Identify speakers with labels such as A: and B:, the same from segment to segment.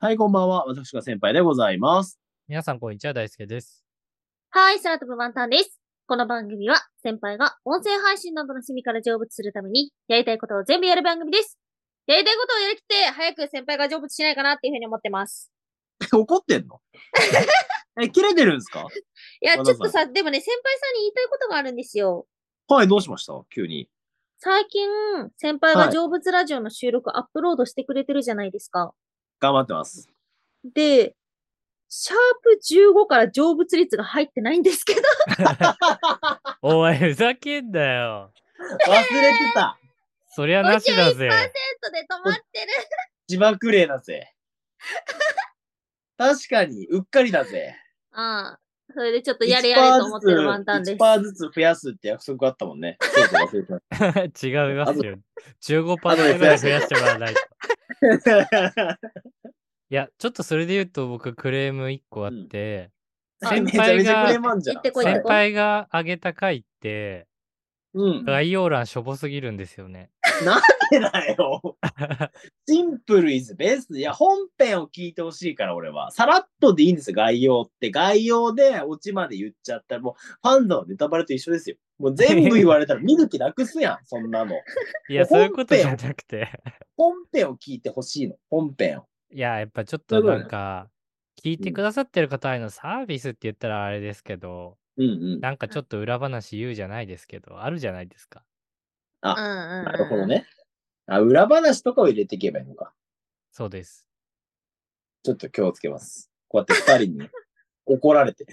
A: はい、こんばんは。私が先輩でございます。
B: 皆さん、こんにちは。大輔です。
C: はい、空飛ぶワンタンです。この番組は、先輩が音声配信などの趣味から成仏するために、やりたいことを全部やる番組です。やりたいことをやりきって、早く先輩が成仏しないかなっていうふうに思ってます。
A: 怒ってんの え、切れてるんですか
C: いや、
A: 和
C: ち
A: 田
C: ょ
A: さ
C: っ
A: ん
C: とさ、でもね、先輩さんに言いたいことがあるんですよ。
A: はい、どうしました急に。
C: 最近、先輩
A: は
C: が
A: い
C: 成仏ラジオの収録アップロードしてくれてるじゃないですか。
A: 頑張ってます。
C: で、シャープ15から成仏率が入ってないんです けど、
B: お前、ふざけんなよ。
A: 忘れてた。
B: そりゃなしだぜ。
C: で止まってる。
A: 自爆霊だぜ。確かに、うっかりだぜ。
C: ああ、それでちょっとやれやれと思ってるワンタンです。
A: 1%ずつ増やすって約束あったもんね。そうそう忘れてま
B: 違いますよ。15%
A: あとで
B: ぐらい増やしてもらわないと。
A: した。
B: いや、ちょっとそれで言うと、僕、クレーム1個あって、
C: うん
B: 先
A: めちゃめちゃクレ
B: 輩が
A: ー、ムあんじゃん。
C: 行ってこい
B: 先輩が上げた回って、
A: うん。なん
B: 概要欄しょぼすぎるんですよね。
A: でだ よ。シンプルイズベース。いや、本編を聞いてほしいから、俺は。さらっとでいいんですよ、概要って。概要で、オチまで言っちゃったら、もう、ファンのネタバレと一緒ですよ。もう全部言わ れたら見る気なくすやん、そんなの。
B: いや、
A: 本
B: そう
A: 編
B: いうことじゃなくて。
A: 本編を聞いてほしいの、本編を。
B: いや、やっぱちょっ
A: そうい
B: と
A: うこと
B: な
A: ね
B: んか、聞いて
A: うん
B: くださってる方へのサービスって言ったらあれですけど、
A: うんうん。
B: なんかちょっと裏話言うじゃないですけど、あるじゃないですか。
C: う
A: あ
C: んうんうん
A: なるほど。ね。あ、裏話とかを入れていけばいいのか。
B: そうです。
A: ちょっと気をつけます。こうやって二人に怒られ て。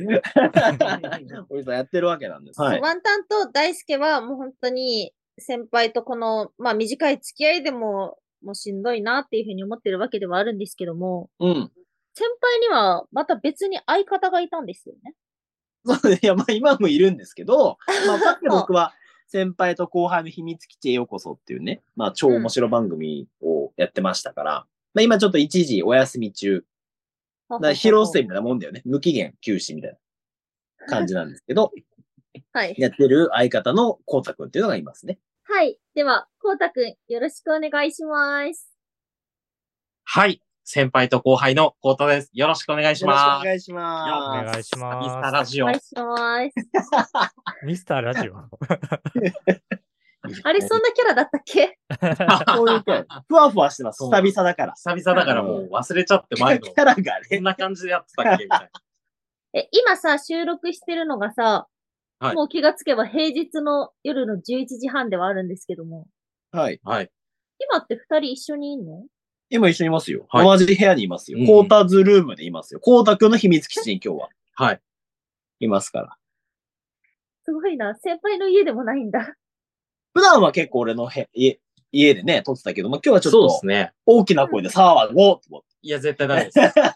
A: おじさんやってるわけなんです。はい。
C: ワンタンと大輔はもう本当に先輩とこの、まあ短い付き合いでも、もうしんどいなっていうふうに思ってるわけではあるんですけども、
A: うん。
C: 先輩にはまた別に相方がいたんですよね。
A: そう ね。いや、まあ今もいるんですけど、 まあかつて僕は先輩と後輩の秘密基地へようこそっていうね、まあ超面白番組をやってましたから、まあ今ちょっと一時お休み中、だから広瀬みたいなもんだよね。無期限休止みたいな感じなんですけど、
C: はい。
A: やってる相方のこうたくんっていうのがいますね。
C: はい。では、こうたくん、よろしくお願いします。
D: はい。先輩と後輩のコウタです。よろしくお願いします。
A: 願いし
B: お
D: ま
B: 願いし
D: ミスター
B: ま
D: ラジ
C: お
D: オ。
C: 願いし ます。
B: す。ミスターラジオ。
C: あれ、そんなキャラだったっけ
A: こういうキャラふわふわしてます。
D: そう
A: 久々だから。
D: 久々だからもう忘れちゃって前 の。
A: キャラが
D: こん
A: ね。
D: な感じでやってたっけみたいな。
C: え、今さ、収録してるのがさ、
D: はい
C: もう気がつけば平日の夜の11時半ではあるんですけども、
A: はい。
D: はい。
C: 今って二人一緒にいんの
A: 今一緒にいますよ。
D: はい
A: 同じ部屋にいますよ
D: う。ん
A: コーターズルームでいますよ。コータくんの秘密基地に今日は
D: はい。
A: いますから。
C: すごいな。先輩の家でもないんだ。
A: 普段は結構俺のへ家家でね、撮ってたけど、まあ、今日はちょっ
D: そうで
A: と
D: すね。
A: 大きな声で騒ごうと思って。
D: いや、絶対ダメです。絶対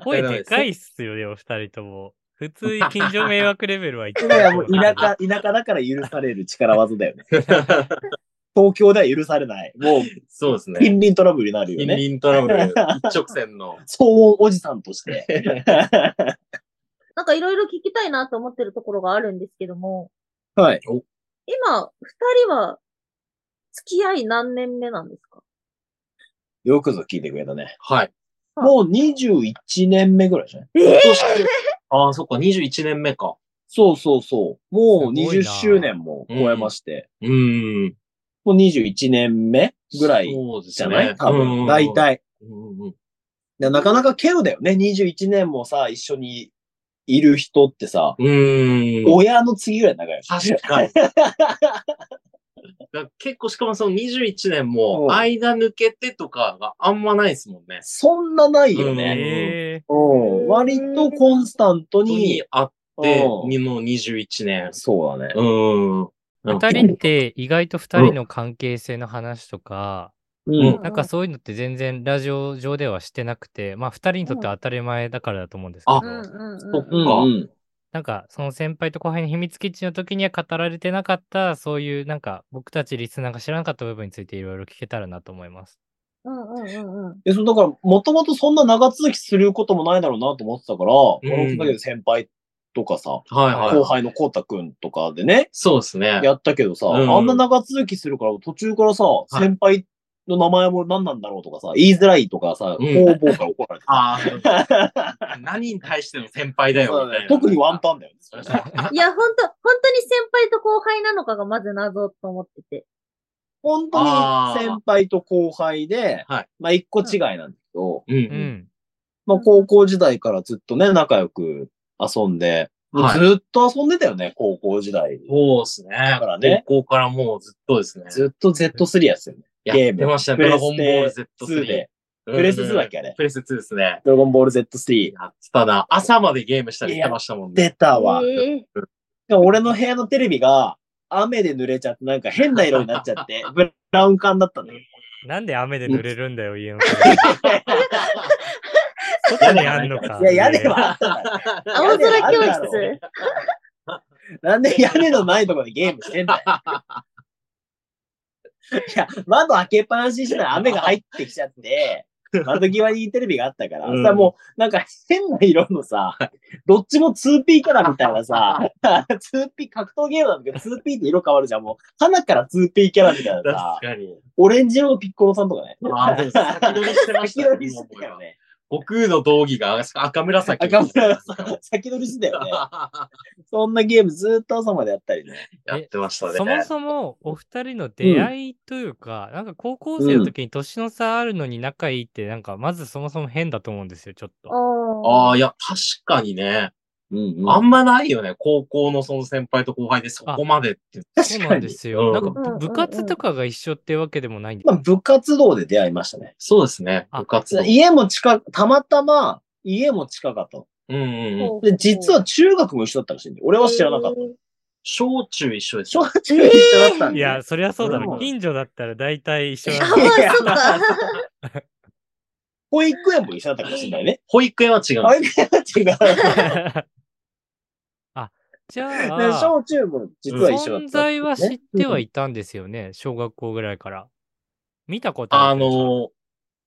B: 声
D: ダメ
B: で
D: です。
B: かいっすよ、でも二人とも。普通、近所迷惑レベルはいって
A: いやいやもう田
B: 舎。
A: 舎、田舎だから許される力技だよね。 東京では許されない。もう、
D: そうですね。
A: 近隣トラブルになるよ
D: 近
A: ね。
D: 隣トラブル一直線の。
A: 騒音おじさんとして。
C: なんかいろいろ聞きたいなと思ってるところがあるんですけども、
A: はい。
C: 今、二人は付き合い何年目なんですか
A: よくぞ聞いてくれたね。
D: はい。
A: もう21年目ぐらいじゃない
C: え
D: そして ああ、そっか、21年目か。
A: そうそうそう。もう
B: すごい
A: 20
B: な
A: 周年も超えまして、
D: うーん。
A: もう21年目ぐらい
D: そうで
A: じ
D: す
A: ゃない、
D: ね。
A: 多
D: うん
A: 分、大。体。
D: うんうん
A: でなかなかケロだよね。21年もさ、一緒にいる人ってさ、
D: うーん。
A: 親の次ぐらい長いよね。
D: 確かに。だから結構しかもその21年
A: う
D: も
A: ん
D: 間抜けてとかがあんまないですもんね。
A: そんなないよね。
B: え
A: うん。割とコンスタント
D: 本当に
A: に。
D: あって、
A: うん
D: にの21年。
A: そうだね。
D: うん。
B: ー、二人って意外と二人の関係性の話とか、
A: うん。
B: なんかそういうのって全然ラジオ上ではしてなくて、まあ二人にとっては当たり前だからだと思うんですけど、
D: あ
C: うんうん
D: そ
C: うん。
D: っ
A: うん
D: か。
A: うん。
B: なんかその先輩と後輩の秘密基地の時には語られてなかった、そういうなんか僕たちリスナーが知らなかった部分についていろいろ聞けたらなと思います。
C: うんうんうんうん。
A: え、そう、だから、もともとそんな長続きすることもないだろうなと思ってたから、
D: ん
A: このだけど先輩とかさ、
D: はい
A: 後
D: はい。
A: 輩のこうたくんとかでね、
D: そうですね。
A: やったけどさ、
D: うん
A: あんな長続きするから、途中からさ、
D: い
A: 先輩の名前も何なんだろうとかさ、言いづらいとかさ、
D: う
A: 方
D: ん
A: 々から怒られて
D: ああ、
A: た。
D: 何に対しての先輩だよ、みたいな。
A: 特にワンパンだよね。それ
C: いや、ほんと、本当に先輩と後輩なのかがまず謎と思ってて。
A: 本当に先輩と後輩で、
D: はい
A: まあ一個違いなんだけど、
D: うん
B: うん
D: う。
B: ん。
A: まあ高校時代からずっとね、仲良く遊んで、
D: はい
A: ずっと遊んでたよね、高校時代。
D: そうですね
A: だからね。
D: 高校からもうずっとですね。
A: ずっと Z3 やってたよね。
D: やってましたね。
A: プ
D: ドラ
A: レ
D: ゴン
A: ス
D: ボール
A: テ
D: Z3
A: 2。で、
D: うんうん
A: プレス2だっけあれ。
D: プレス2ですね。
A: ドラゴンボール Z3。
D: やってたな。朝までゲームしたりしてましたもんね。
A: 出たわ。
C: ええ
A: でも俺の部屋のテレビが雨で濡れちゃって、なんか変な色になっちゃ って、ブラウン管だったんだよ。
B: なんで雨で濡れるんだよ、家の。屋
D: 屋根
B: 根
D: あ
B: あ
D: ん
B: ん
D: の
B: の
D: か
A: い
B: か。
A: や、屋根はあったから。
C: 青空教
A: 屋根あるだ
C: 室
A: なんで屋根のないところでゲームしてん だよ。いや、窓開けっぱなしにしたら雨が入ってきちゃって、窓際にテレビがあったから、
D: うん
A: さ、もうなんか変な色のさ、どっちも 2P からみたいな さ、2P、格闘ゲームなんだけど 2P って色変わるじゃん。もう、花から 2P キャラみたいなさ
D: 確、かに。
A: オレンジ色のピッコロさんとかね。
D: ああ、でも先取りしてまし
A: 先
D: た
A: 取りしてたよ
D: 今思えば
A: ね。
D: 悟空の道着が赤紫。
A: 赤村さん、先取りして たよね。そんなゲームずっと朝までやったりね。
D: やってましたね。
B: そもそもお二人の出会いというか、なんか高校生の時に年の差あるのに仲いいって、なんかまずそもそも変だと思うんですよ、ちょっと。
C: お
D: あ
C: ー
D: あ、いや、確かにね。
A: うん
D: あんまないよね。高校のその先輩と後輩でそこまでって。
B: そう
A: 確
B: な
A: か
B: んで
A: に。
B: すよ。
D: う
B: なんんかぶ部活とかが一緒ってわけでもないんで。
A: まあ、部活動で出会いましたね。
D: そうですね。
B: あ
D: 部活動。
A: 家も近く、たまたま家も近かったの。
D: うんうんうん。
C: ほう
A: で、実は、中学も一緒だったらしいんで、俺は知らなかった。
C: た。
D: 小中一緒です
A: 小
D: よ。
A: 中一緒だったんで。
B: いや、そりゃそうだ
A: うん
B: ろ。近所だったら大体一緒
A: い
B: な
C: あ
A: や、
B: んだ
C: まあそっか
A: まあ保育園も一緒だったかもしれないね。
D: 保育園は違う。
A: 保育園は違う。
B: あ、じ
A: で
B: ゃあ、
A: 小中も実は一緒だった、
B: 存在は知ってはいいたんですよね、小学校ぐらいから。見たこと
D: あ
B: ある
D: の
B: というか
D: ー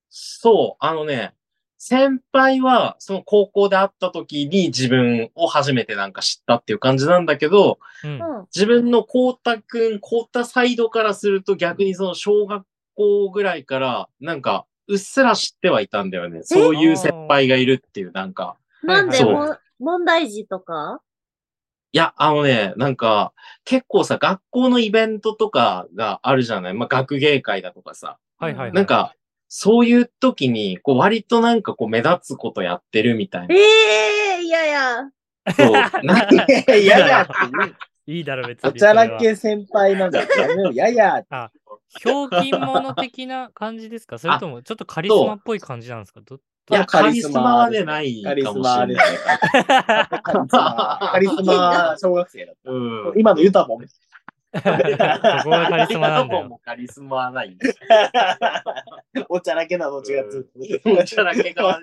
D: そう、あのね、先輩は、その高校で会った時に自分を初めてなんか知ったっていう感じなんだけど、
B: うん
C: うん
D: 自分の光太くん、光太サイドからすると逆にその小学校ぐらいから、なんか、うっすら知ってはいたんだよね。そういう先輩がいるっていう、なんか。
C: なんで
D: そう
C: も、問題児とか
D: いや、あのね、なんか、結構さ、学校のイベントとかがあるじゃないまあ、学芸会だとかさ。
B: はいはいはい
D: なんか、そういう時に、こう、割となんかこう、目立つことやってるみた
C: え
D: いな。
C: えいやいや。
D: そう。なん か
A: やいや、ややって言う。
B: いいだろ、別に。
A: おちゃら
B: それは
A: け先輩なんだけど、ややって。
B: ひょうきん者的な感じですかそれとも、ちょっとカリスマっぽい感じなんで すかどっ
D: いや、
A: カ
D: カ
A: リ
D: リ
A: ス
D: ス
A: マ
D: マはね、ない
A: カリス
D: かもし
A: マ
D: れ
A: で
D: ない。
A: すね。カリスマ、カリスマ小学生だった。
D: うん。
A: 今のユタボン。
B: そこがカリスマなんだ
D: 今の
B: よ。
D: もカリスマはない。
A: おちゃらけなの違う。
D: おちゃらけが。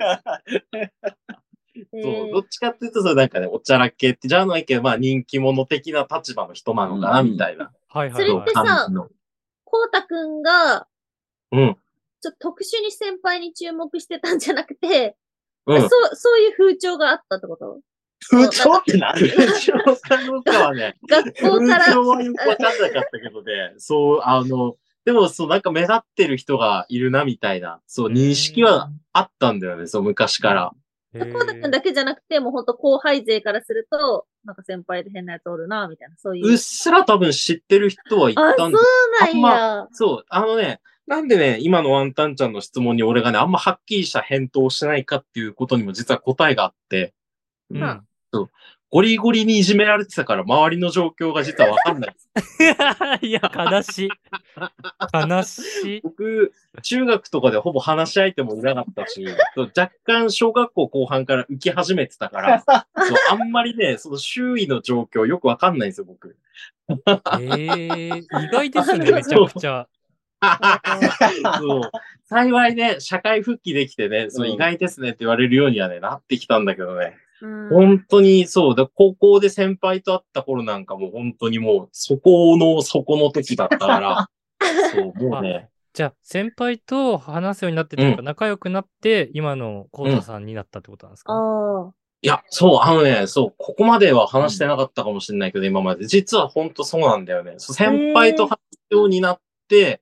C: え
D: そう。
C: ー
D: どっちかっていうとさ、なんかね、おちゃらけってじゃないけど、まあ、人気者的な立場の人なのかな、
A: うん
D: みたいな。
B: はい
C: そ
B: は
C: れ
B: い、
C: っ
B: は
C: て
B: い。
C: さ
D: 感じ、の
C: こうたくんが、
D: うん。
C: ちょっと特殊に先輩に注目してたんじゃなくて、
D: うん
C: そう、。そういう風潮があったってこと
A: 風潮って何
D: うちのかどうかはね、
C: 学校か
D: うち
C: ら、
D: のはよくわかんなかったけどね、そう、あの、でも、そう、なんか目立ってる人がいるな、みたいな、そう、認識はあったんだよね、そう、昔から。
B: へー、
C: こうたくんだけじゃなくて、もうほんと後輩勢からすると、なんか先輩で変なやつおるな、みたいな、そういう
D: っ
C: う。
D: すら多分知ってる人はい
C: あ、
D: た
C: そ
D: ん
C: う
D: だ
C: なんや。
D: そう、あのね、なんでね、今のワンタンちゃんの質問に俺がね、あんまはっきりした返答をしてないかっていうことにも実は答えがあって、
B: うん
C: まあ
D: ゴリゴリにいじめられてたから周りの状況が実はわかんない。
B: いや、悲しい。悲しい。
D: 僕、中学とかでほぼ話し相手もいなかったし、そう若干小学校後半から浮き始めて たから、そうあんまりね、その周囲の状況よくわかんないんですよ、僕。
B: えー、意外です ね、めちゃくちゃ。
D: そう幸いね、社会復帰できてね、そう
A: うん
D: 意外ですねって言われるようにはね、なってきたんだけどね。
C: うん
D: 本当にそう、だ高校で先輩と会った頃なんかもう本当にもう、そこの底の時だったから、そう、もうね、
B: じゃあ、先輩と話すようになってというか、仲良くなって、今のコウタさんになったってことなんですか、
C: あ
D: いや、そう、あのね、そう、ここまでは話してなかったかもしれないけど、今まで。実は本当そうなんだよね。そう先輩と話すようになって、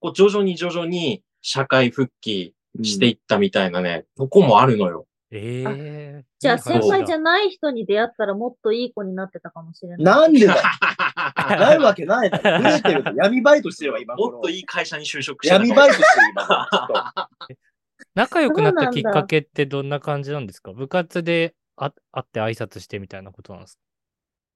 D: こう徐々に徐々に社会復帰していったみたいなね、とこもあるのよ。
B: ええ
C: じゃあ先輩じゃ
B: ん。
C: ない人に出会ったらもっといい子になってたかもしれない。
A: なん でだよなるわけないだろ。ブレてると闇バイトしてれば今頃。
D: もっといい会社に就職してた
A: 闇バイトしてる今頃。きっと
B: 仲良くなったきっかけってどんな感じなんですか部活であ会って挨拶してみたいなことなんですか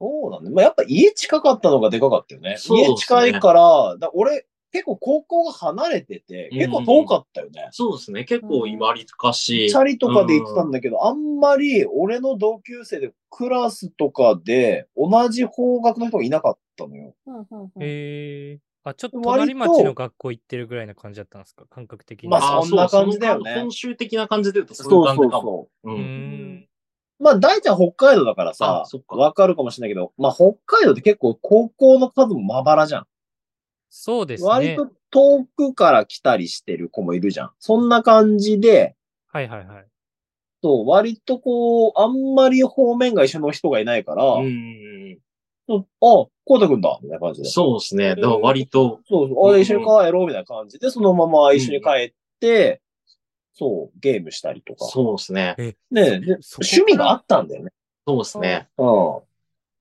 A: そうなんだ。まあ、やっぱ家近かったのがでかかったよね。
D: そうです
A: 家
D: ね
A: 近いから、だ俺、結構高校が離れてて、
D: うん
A: 結構遠かったよね。
D: そうですね。結構今りつかし。
A: チャリとかで行ってたんだけど、あんまり俺の同級生でクラスとかで同じ方角の人がいなかったのよ。
C: うんうんうん
B: ええあ、ちょっと
A: 割と
B: 隣町の学校行ってるぐらいな感じだったんですか感覚的に。
A: ま
D: あ
A: あ
D: ー
A: そんな感じだよね
D: そうその本州的な感じで言うとそういう感じかも。う
B: うんん。
A: う。まあ大ちゃん北海道だからさ
D: あそっ、か
A: わかるかもしれないけど、まあ北海道って結構高校の数もまばらじゃん。
B: そうですね。
A: 割と遠くから来たりしてる子もいるじゃん。そんな感じで、
B: はいはいはい。
A: そう、割とこう、あんまり方面が一緒の人がいないから、
D: うんうん
A: そうあ、こうたくんだ、みたいな感じ
D: うん。
A: で。
D: そうですね。だから割と、
A: そうそう、あ、一緒に帰ろう、みたいな感じで、そのまま一緒に帰って、そう、ゲームしたりとか。
D: そうですね。
A: ねえで
B: そこから
A: 趣味があったんだよね。
D: そうですね。
A: うん。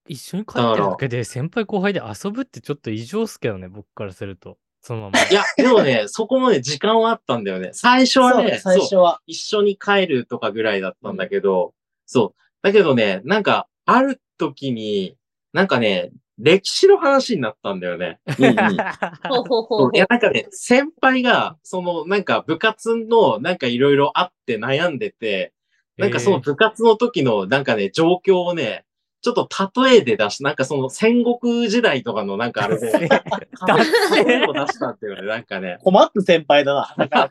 B: 一緒に帰ってるだけで先輩後輩で遊ぶってちょっと異常っすけどね、僕からすると。そのまま。
D: いや、で もね、そこもね、時間はあったんだよね。最初はね、
A: 最
D: そう
A: 初は。
D: 一緒に帰るとかぐらいだったんだけど、そう。だけどね、なんか、ある時に、なんかね、歴史の話になったんだよね。
A: うんうん
C: ほうほうほうほう
D: いや、なんかね、先輩が、その、なんか部活の、なんかいろいろあって悩んでて、なんかその部活の時の、なんかね、状況をね、ちょっと例えで出し、なんかその戦国時代とかのなんかあ れで、例えを出したっていうね、なんかね。
A: 困った先輩だな。なんか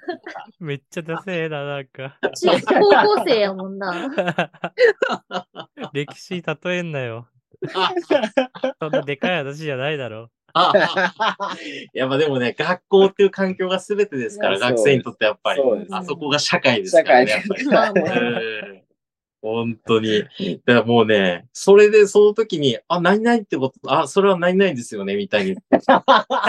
B: めっちゃダセえな、なん か。
C: 中高校生やもんな。
B: 歴史例えんなよ。そんなでかい話じゃないだろ。
D: いや、まあ でもね、学校っていう環境が全てですから、
A: いやそうで
D: 学
A: す
D: 生にとってやっぱり
A: そうで。す
D: あそこが社会ですからね、やっぱり。
A: 社会
C: です
A: ね
D: うん本当に。だからもうね、それでその時に、あ、何々ってこと、あ、それは何々ですよね、みたいに。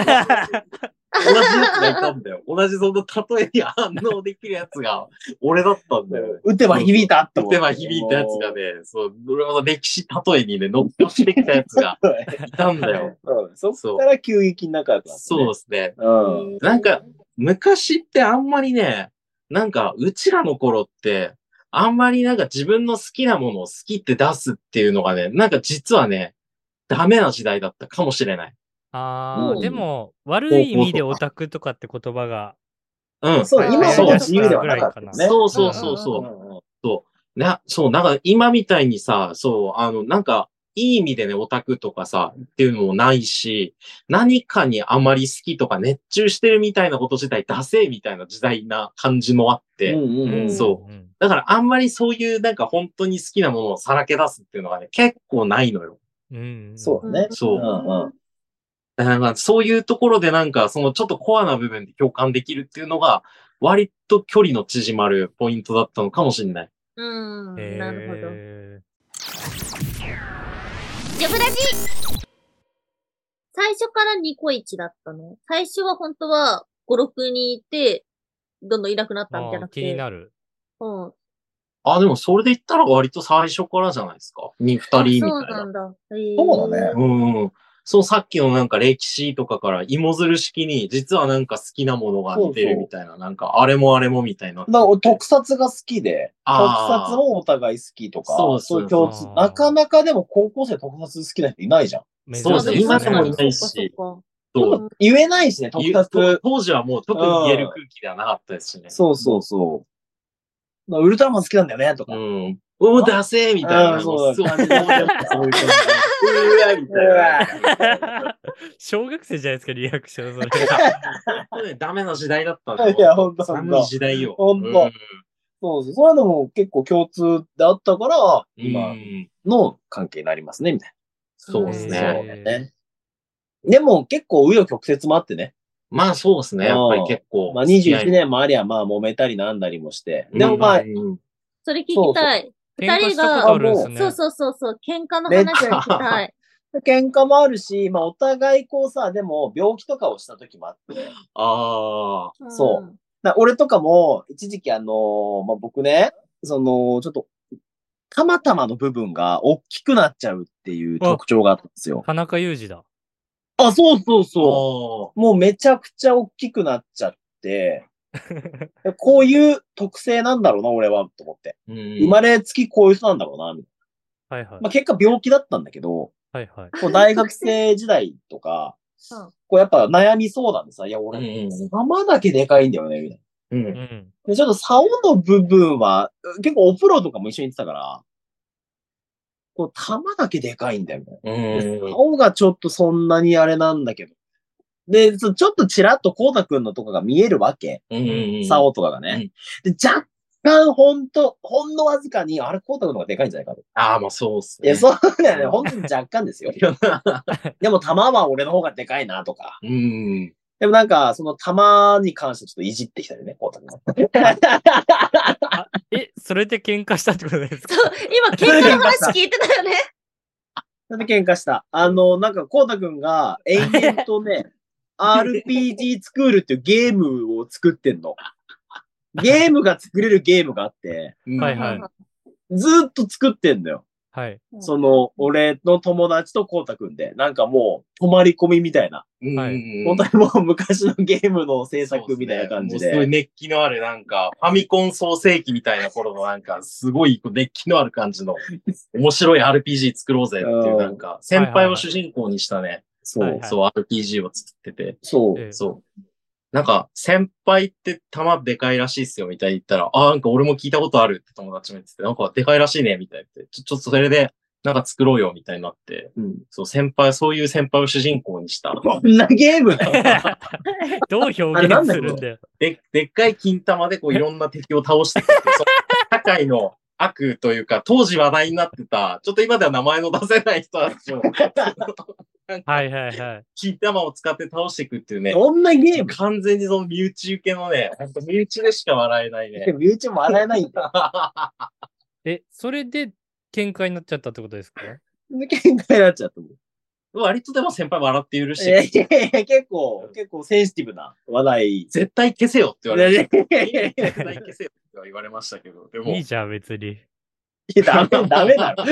D: 同じやつがいたんだ よ。同じその例えに反応できるやつが、俺だったんだよ。
A: 打てば響いたって
D: 打てば響いたやつが。ね、そう、俺は歴史例えにね、乗っかしてきたやつがいたんだよ。
A: うんそっから急激に仲良くなってね。
D: そうですね。
A: うん。
D: なんか、昔ってあんまりね、なんか、うちらの頃って、あんまりなんか自分の好きなものを好きって出すっていうのがね、なんか実はね、ダメな時代だったかもしれない。
B: あ
A: う
B: あ、
A: ん
B: でも、悪い意味でオタクとかって言葉が。
D: うん。
A: そう、今はもう
D: そう
A: 自由ではなかったね。
D: そうそうそうそう。な、そう、なんか今みたいにさ、そう、あの、なんか、いい意味でね、オタクとかさ、っていうのもないし、何かにあまり好きとか熱中してるみたいなこと自体、ダセーみたいな時代な感じもあって、
A: うんうんうん。
D: そ
B: うん。
D: だからあんまりそういうなんか本当に好きなものをさらけ出すっていうのがね、結構ないのよ。
B: うん。
A: そうだね。
D: そう
A: うん
D: だからまあそういうところでなんか、そのちょっとコアな部分で共感できるっていうのが、割と距離の縮まるポイントだったのかもしれない。
C: うん。
B: へー
C: なるほど。ジョブラジ最初からニコイチだったの最初は本当は5、6人いて、どんどんいなくなったんじゃ
B: あ
C: な
B: ー
C: く
B: 気
C: て。
B: になる。
C: うん。
D: あ、でもそれで言ったら割と最初からじゃないですか。に、二人みたい
C: そうな
D: な。
C: んだ。へー
A: そうだね。
D: うんうん。そう、さっきのなんか歴史とかから芋づる式に、実はなんか好きなものが似てるみたいな、なんかあれもあれもみたいな。
A: だから俺特撮が好きで、特
D: あー
A: 撮もお互い好きとか、
D: そうそうそう
A: いう共通
B: あー、
A: なかなかでも高校生特撮好きな人いないじゃん。
B: 珍し
D: そうですね今
C: あ
D: で
C: そうか
D: もいないし
C: そうかそうか
D: そう
C: うん
A: 言えないしね、特
D: 言う
A: 撮。
D: 当時はもう特に言える空気ではなかったですしね。
A: そうそうそう。ウルトラマン好きなんだよね、とか。
D: うん。おお、出せーみたいな。
A: うんそう
D: もうそうそういう感じ。うわ、みたいな。
B: 小学生じゃないですか、リアクション、それ。
D: 本当ねダメな時代だったんだよ
A: いや、ほんとほん
D: 寒い
A: と。
D: 時代よ。
A: ほんと
D: うん
A: そうそう。そういうのも結構共通であったから、
D: う
A: 今
D: ん
A: の関係になりますね、みたい
D: そうです
A: な。
D: ね。
A: そうだね。でも結構紆余曲折もあってね。
D: まあそうですね。やっぱり結構。
A: まあ21年もありゃ、まあ揉めたりなんだりもして。でもまあ
D: う、ん
C: それ聞きたい。
B: 喧嘩
C: 二
B: し
C: 人
B: たこ
C: が
B: とあるんですね。
C: そうそうそうそう、喧嘩の話を聞きたい。
A: 喧嘩もあるし、まあお互いこうさ、でも病気とかをした時もあって、
D: ああ。
A: そ
C: う
A: う
C: ん。
A: だ俺とかも一時期あのーまあ僕ね、その、ちょっと、たまたまの部分が大きくなっちゃうっていう特徴があったんですよ。
B: 田中裕二だ。
A: あ、そうそうそう。
D: そ
A: もうめちゃくちゃ大きくなっちゃっ て、こういう特性なんだろうな、俺は、と思って。
D: う。
A: 生
D: 生
A: まれつきこういう人なんだろうな、みたい
B: はいはい
A: な。まあ、。結果病気だったんだけど、
B: はいはい。
A: こう大学生時代とか
C: うん、
A: こうやっぱ悩みそうなんでさ、いや、
D: うん
A: 俺、
D: うん
A: 浜だけでかいんだよね、みたいな。
D: う。
B: うんん。
A: で、ちょっと竿の部分は、結構お風呂とかも一緒に行ってたから、こう、玉だけでかいんだよ、みたいな。
D: うん。
A: 竿がちょっとそんなにあれなんだけど。で、ちょちょっとちらっとこうたくんのとかが見えるわけ。
D: うん。
A: 竿とかがね。で、若干ほんと、ほんのわずかに、あれ、こうたくんの方がでかいんじゃないかと。
D: ああ、まあそうっす
A: い
D: ね。
A: や、そうだよね。ほんとに若干です よ。 でも玉は俺の方がでかいな、とか。
D: うん。
A: でもなんか、その玉に関してちょっといじってきたよね、こうたくんが。
B: え、それで喧嘩したってことですか
C: そう今、喧嘩の話聞いてたよね。
A: それで喧嘩した。あの、なんか、こうたくんが延々とね、RPG スクールっていうゲームを作ってんの。ゲームが作れるゲームがあって、
B: はいはい
A: ずーっと作ってんだよ。
B: はい。
C: うん
A: その、俺の友達とこうたくんで、なんかもう、泊まり込みみたいな。
D: い
B: はい
A: 本当にもう昔のゲームの制作みたいな感じ
D: そうすねもうすごい
A: で。
D: 熱気のある、なんか、ファミコン創世期みたいな頃の、なんか、すごい熱気のある 感じの、面白い RPG 作ろうぜっていうう、
A: ん
D: なんか、先輩を主人公にしたね、
A: そ
B: はいは
A: う
B: い。
D: そう、RPG を作ってて、
A: そう。
B: ええ
D: そう。なんか、先輩って弾でかいらしいっすよ、みたいに言ったら、あー、なんか俺も聞いたことあるって友達も言ってて、なんかでかいらしいね、みたいな。ちょ、ちょっとそれで、なんか作ろうよ、みたいになって。
A: うん
D: そう、先輩、そういう先輩を主人公に した。
A: こんなゲームだよ
B: どう表現するんだよ。
D: で、でっかい金玉でこういろんな敵を倒していく っていうその社会の悪というか、当時話題になってた、ちょっと今では名前の出せない人た ちを、なんか
B: はいはいはい。
D: 金玉を使って倒していくっていうね、
A: こんなゲーム
D: 完全にその身内受けのね、ほんと身内でしか笑えないね。
A: 身内も洗えないんだ。
B: え、それで喧嘩になっちゃったってことですか
A: 喧嘩になっちゃったもん。
D: 割とでも先輩笑って許し
A: いや
D: て、
A: いやいや、結構、結構センシティブな話題。
D: 絶対消せよって言われました。絶対
A: い
D: 消せよって言われましたけど、でも
B: いい、じゃん、別に。
A: やダメ、ダメだろ。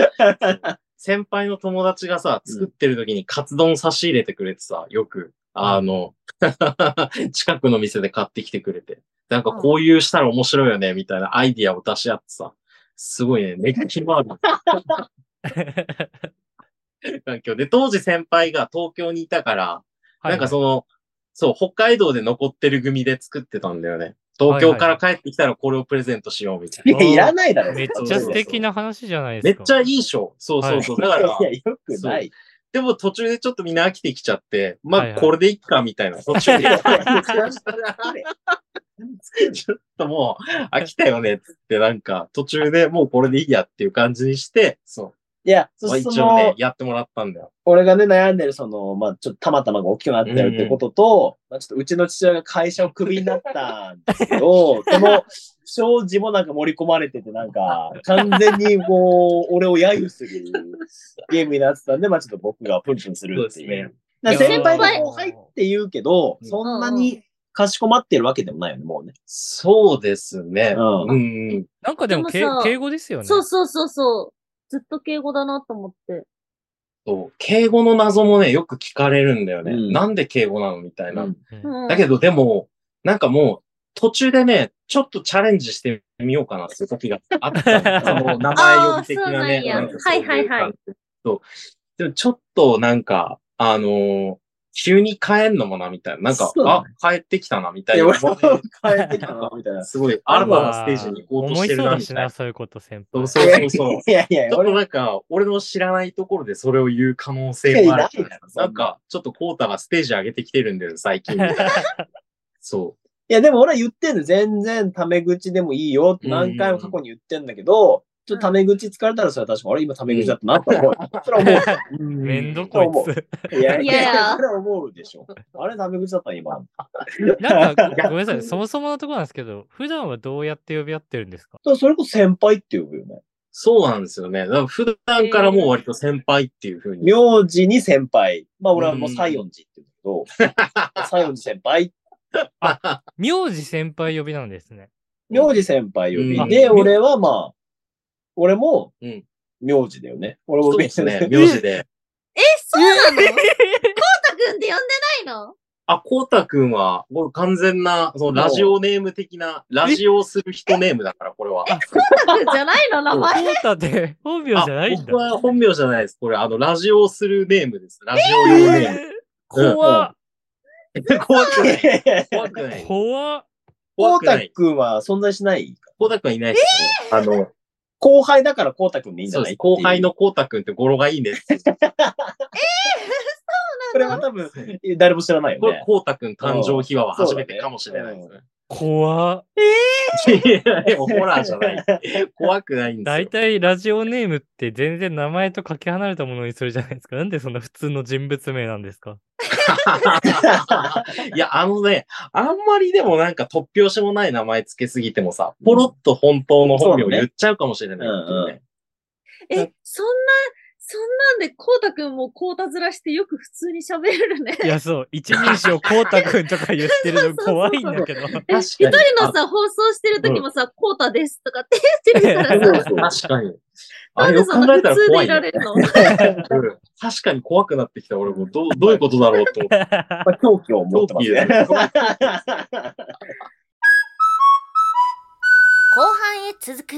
D: 先輩の友達がさ、作ってる時にカツ丼差し入れてくれてさ、よく、あの、 近くの店で買ってきてくれて、なんかこういうしたら面白いよね、みたいなアイディアを出し合ってさ、すごいね、熱気もある 環境で、当時先輩が東京にいたから、なんかその、そう、北海道で残ってる組で作ってたんだよね。東京から帰ってきたらこれをプレゼントしようみたい
A: い
D: な。
A: や、いらないだろ。
B: めっ
D: そう
B: ち
D: そう
B: ゃ
D: そう
B: 素敵な話じゃない
D: め
B: で
D: っ
B: すか。
D: ちゃいい賞。そうそうそう。だから
A: い、や、よくない。
D: でも途中でちょっとみんな飽きてきちゃって、ま
B: はいは
D: あ
B: い
D: これでいっかみたいな。途中で。 ちょっともう飽きたよねっつってなんか途中でもうこれでいいやっていう感じにして、そ
A: いや、
D: う。
A: そ
D: まあ
A: して
D: 一
A: そ
D: 応ね
A: の、、
D: やってもらったんだよ。
A: 俺がね、悩んでる、その、まあ、ちょっとたまたまが大きくなったよってことと、まあ、ちょっとうちの父親が会社をクビになったんですけど、 その、不祥事もなんか盛り込まれてて、なん か、完全にもう、俺を揶揄するゲームになってたんで、まあ、ちょっと僕がプンプンするっていう。。だから先輩が後輩って言うけど、
D: うん
A: そんなにかしこまってるわけでもないよね、もうね。
D: そうですね。
A: うん
D: うん。
B: なんかでもけ
C: でもさ
B: 敬語ですよね。
C: そうそうそうそう。ずっと敬語だなと思って。
D: そう。敬語の謎もね、よく聞かれるんだよね。
A: うん
D: なんで敬語なのみたいな。
B: うん
C: うん
D: だけどでも、なんかもう、途中でね、ちょっとチャレンジしてみようかなっていう時があったの。その名前呼び的
C: あーそ
D: なね。
C: うなんや
D: んかそうう
C: はいはいはい
D: 感じ。そう。でもちょっとなんか、あのー急に帰んのもな、みたいな。なんか
A: そう、だ
D: あ、帰ってきたな、みた
A: い
D: い
A: や、
D: な。
A: 俺も変えてたのみたいな。
D: すごい、
A: あ
D: 新
A: ま
D: た
A: あ
D: なステージに行こうと
B: 思
D: し
B: い
D: て
B: そ
D: る
B: う
D: な、
B: だ
D: み
B: した
D: い
B: な、
D: な。
B: そういうこと、先輩。
D: そうそうそうそう。
A: いやいや
D: ちょっと
A: 俺
D: なんか、俺の知らないところでそれを言う可能性もある
A: いやいないだろ。そんな
D: なんか、ちょっとコータがステージ上げてきてるんだよ、最近みたいな。そ
A: いや、でも俺は言ってんの。全然タメ口でもいいよって何回も過去に言ってんだけど、ちょっとタメ口疲れたらそれは確かに、あれ今タメ口だったなと思う。それは思
D: う。
B: めんどこいつ。
A: う。いやい
C: いやいや
A: や、それは思うでしょ。あれタメ口だった今。
B: なんかご、ごめんなさい、そもそものところなんですけど、普段はどうやって呼び合ってるんですか
A: それこそ先輩って呼ぶよね。
D: そうなんですよね。だから普段からもう割と先輩っていうふうに。
A: 名字に先輩。まあ俺はもう西園寺って言うんだけど、西園寺先輩。
B: 名字先輩呼びなんですね。
A: 名字先輩呼
D: う
A: び。
D: ん
A: で、俺はまあ、俺も
D: うん、
A: 名字だよね。俺
D: そ
A: も
D: うですね。
A: 名字
D: 名字で。
C: え、そうなの コータくんって呼んでないの
D: あ、こうたくんは、もう完全な、そのラジオネーム的な、ラジオする人ネームだから、これは。
C: コータくん じゃないの名
B: コ
C: 前。
B: ータって本名
D: あ
B: じゃないん
D: 僕
B: だ。
D: は本名じゃないです。これ、あの、ラジオするネームです。ラジオ用ネーム。
B: 怖っ
D: 怖くない。怖
A: 先
D: くない。
B: 怖っ
D: 怖
A: こう
D: くな
A: た
D: い。
A: くんは存在しない
D: こうたくんはいないです、ね。あの、
A: 後輩だからこうたくんでいいんじ
D: そ
A: ゃ
D: う
A: な
D: で
A: い
D: す。後輩。のこうたくんって語呂がいいんです。
A: これは多分、誰も知らないよ
D: これ
A: ね、。
D: こうたくん誕生秘話は初めてかもしれないですね。
B: 怖っ
D: いやでもホラーじゃない。怖くないんです
B: 大
D: よ。
B: 体ラジオネームって全然名前とかけ離れたものにするじゃないですか。なんでそんな普通の人物名なんですか
D: いや、あのね、あんまりでもなんか突拍子もない名前つけすぎてもさ、ポロッと本当の本名を言っちゃうかもしれないっていうね。
C: え、そんな、そんなんでコータくんもコータ面してよく普通に喋れるね。
B: いや、そう、一人称コータくんとか言ってるの怖いんだけ
C: え
B: ど。
D: 確
C: 一人
D: かに
C: のさ、放送してる時もさ、コータですとかって言ってるから
A: そう
C: さ、
A: そう
D: 確かに。
C: な
D: あ
C: ん
D: れ
C: で
D: を
C: そん
D: 考
C: な
D: え
C: 普
D: たら
C: 通
D: 怖
C: で
D: い
C: いら れ
D: ね、
C: るの
D: うん確かに怖くなってきた俺もどう、どういうことだろうと思って。
A: まあ、狂気を持ってますね。
D: 狂
E: 後半へ続く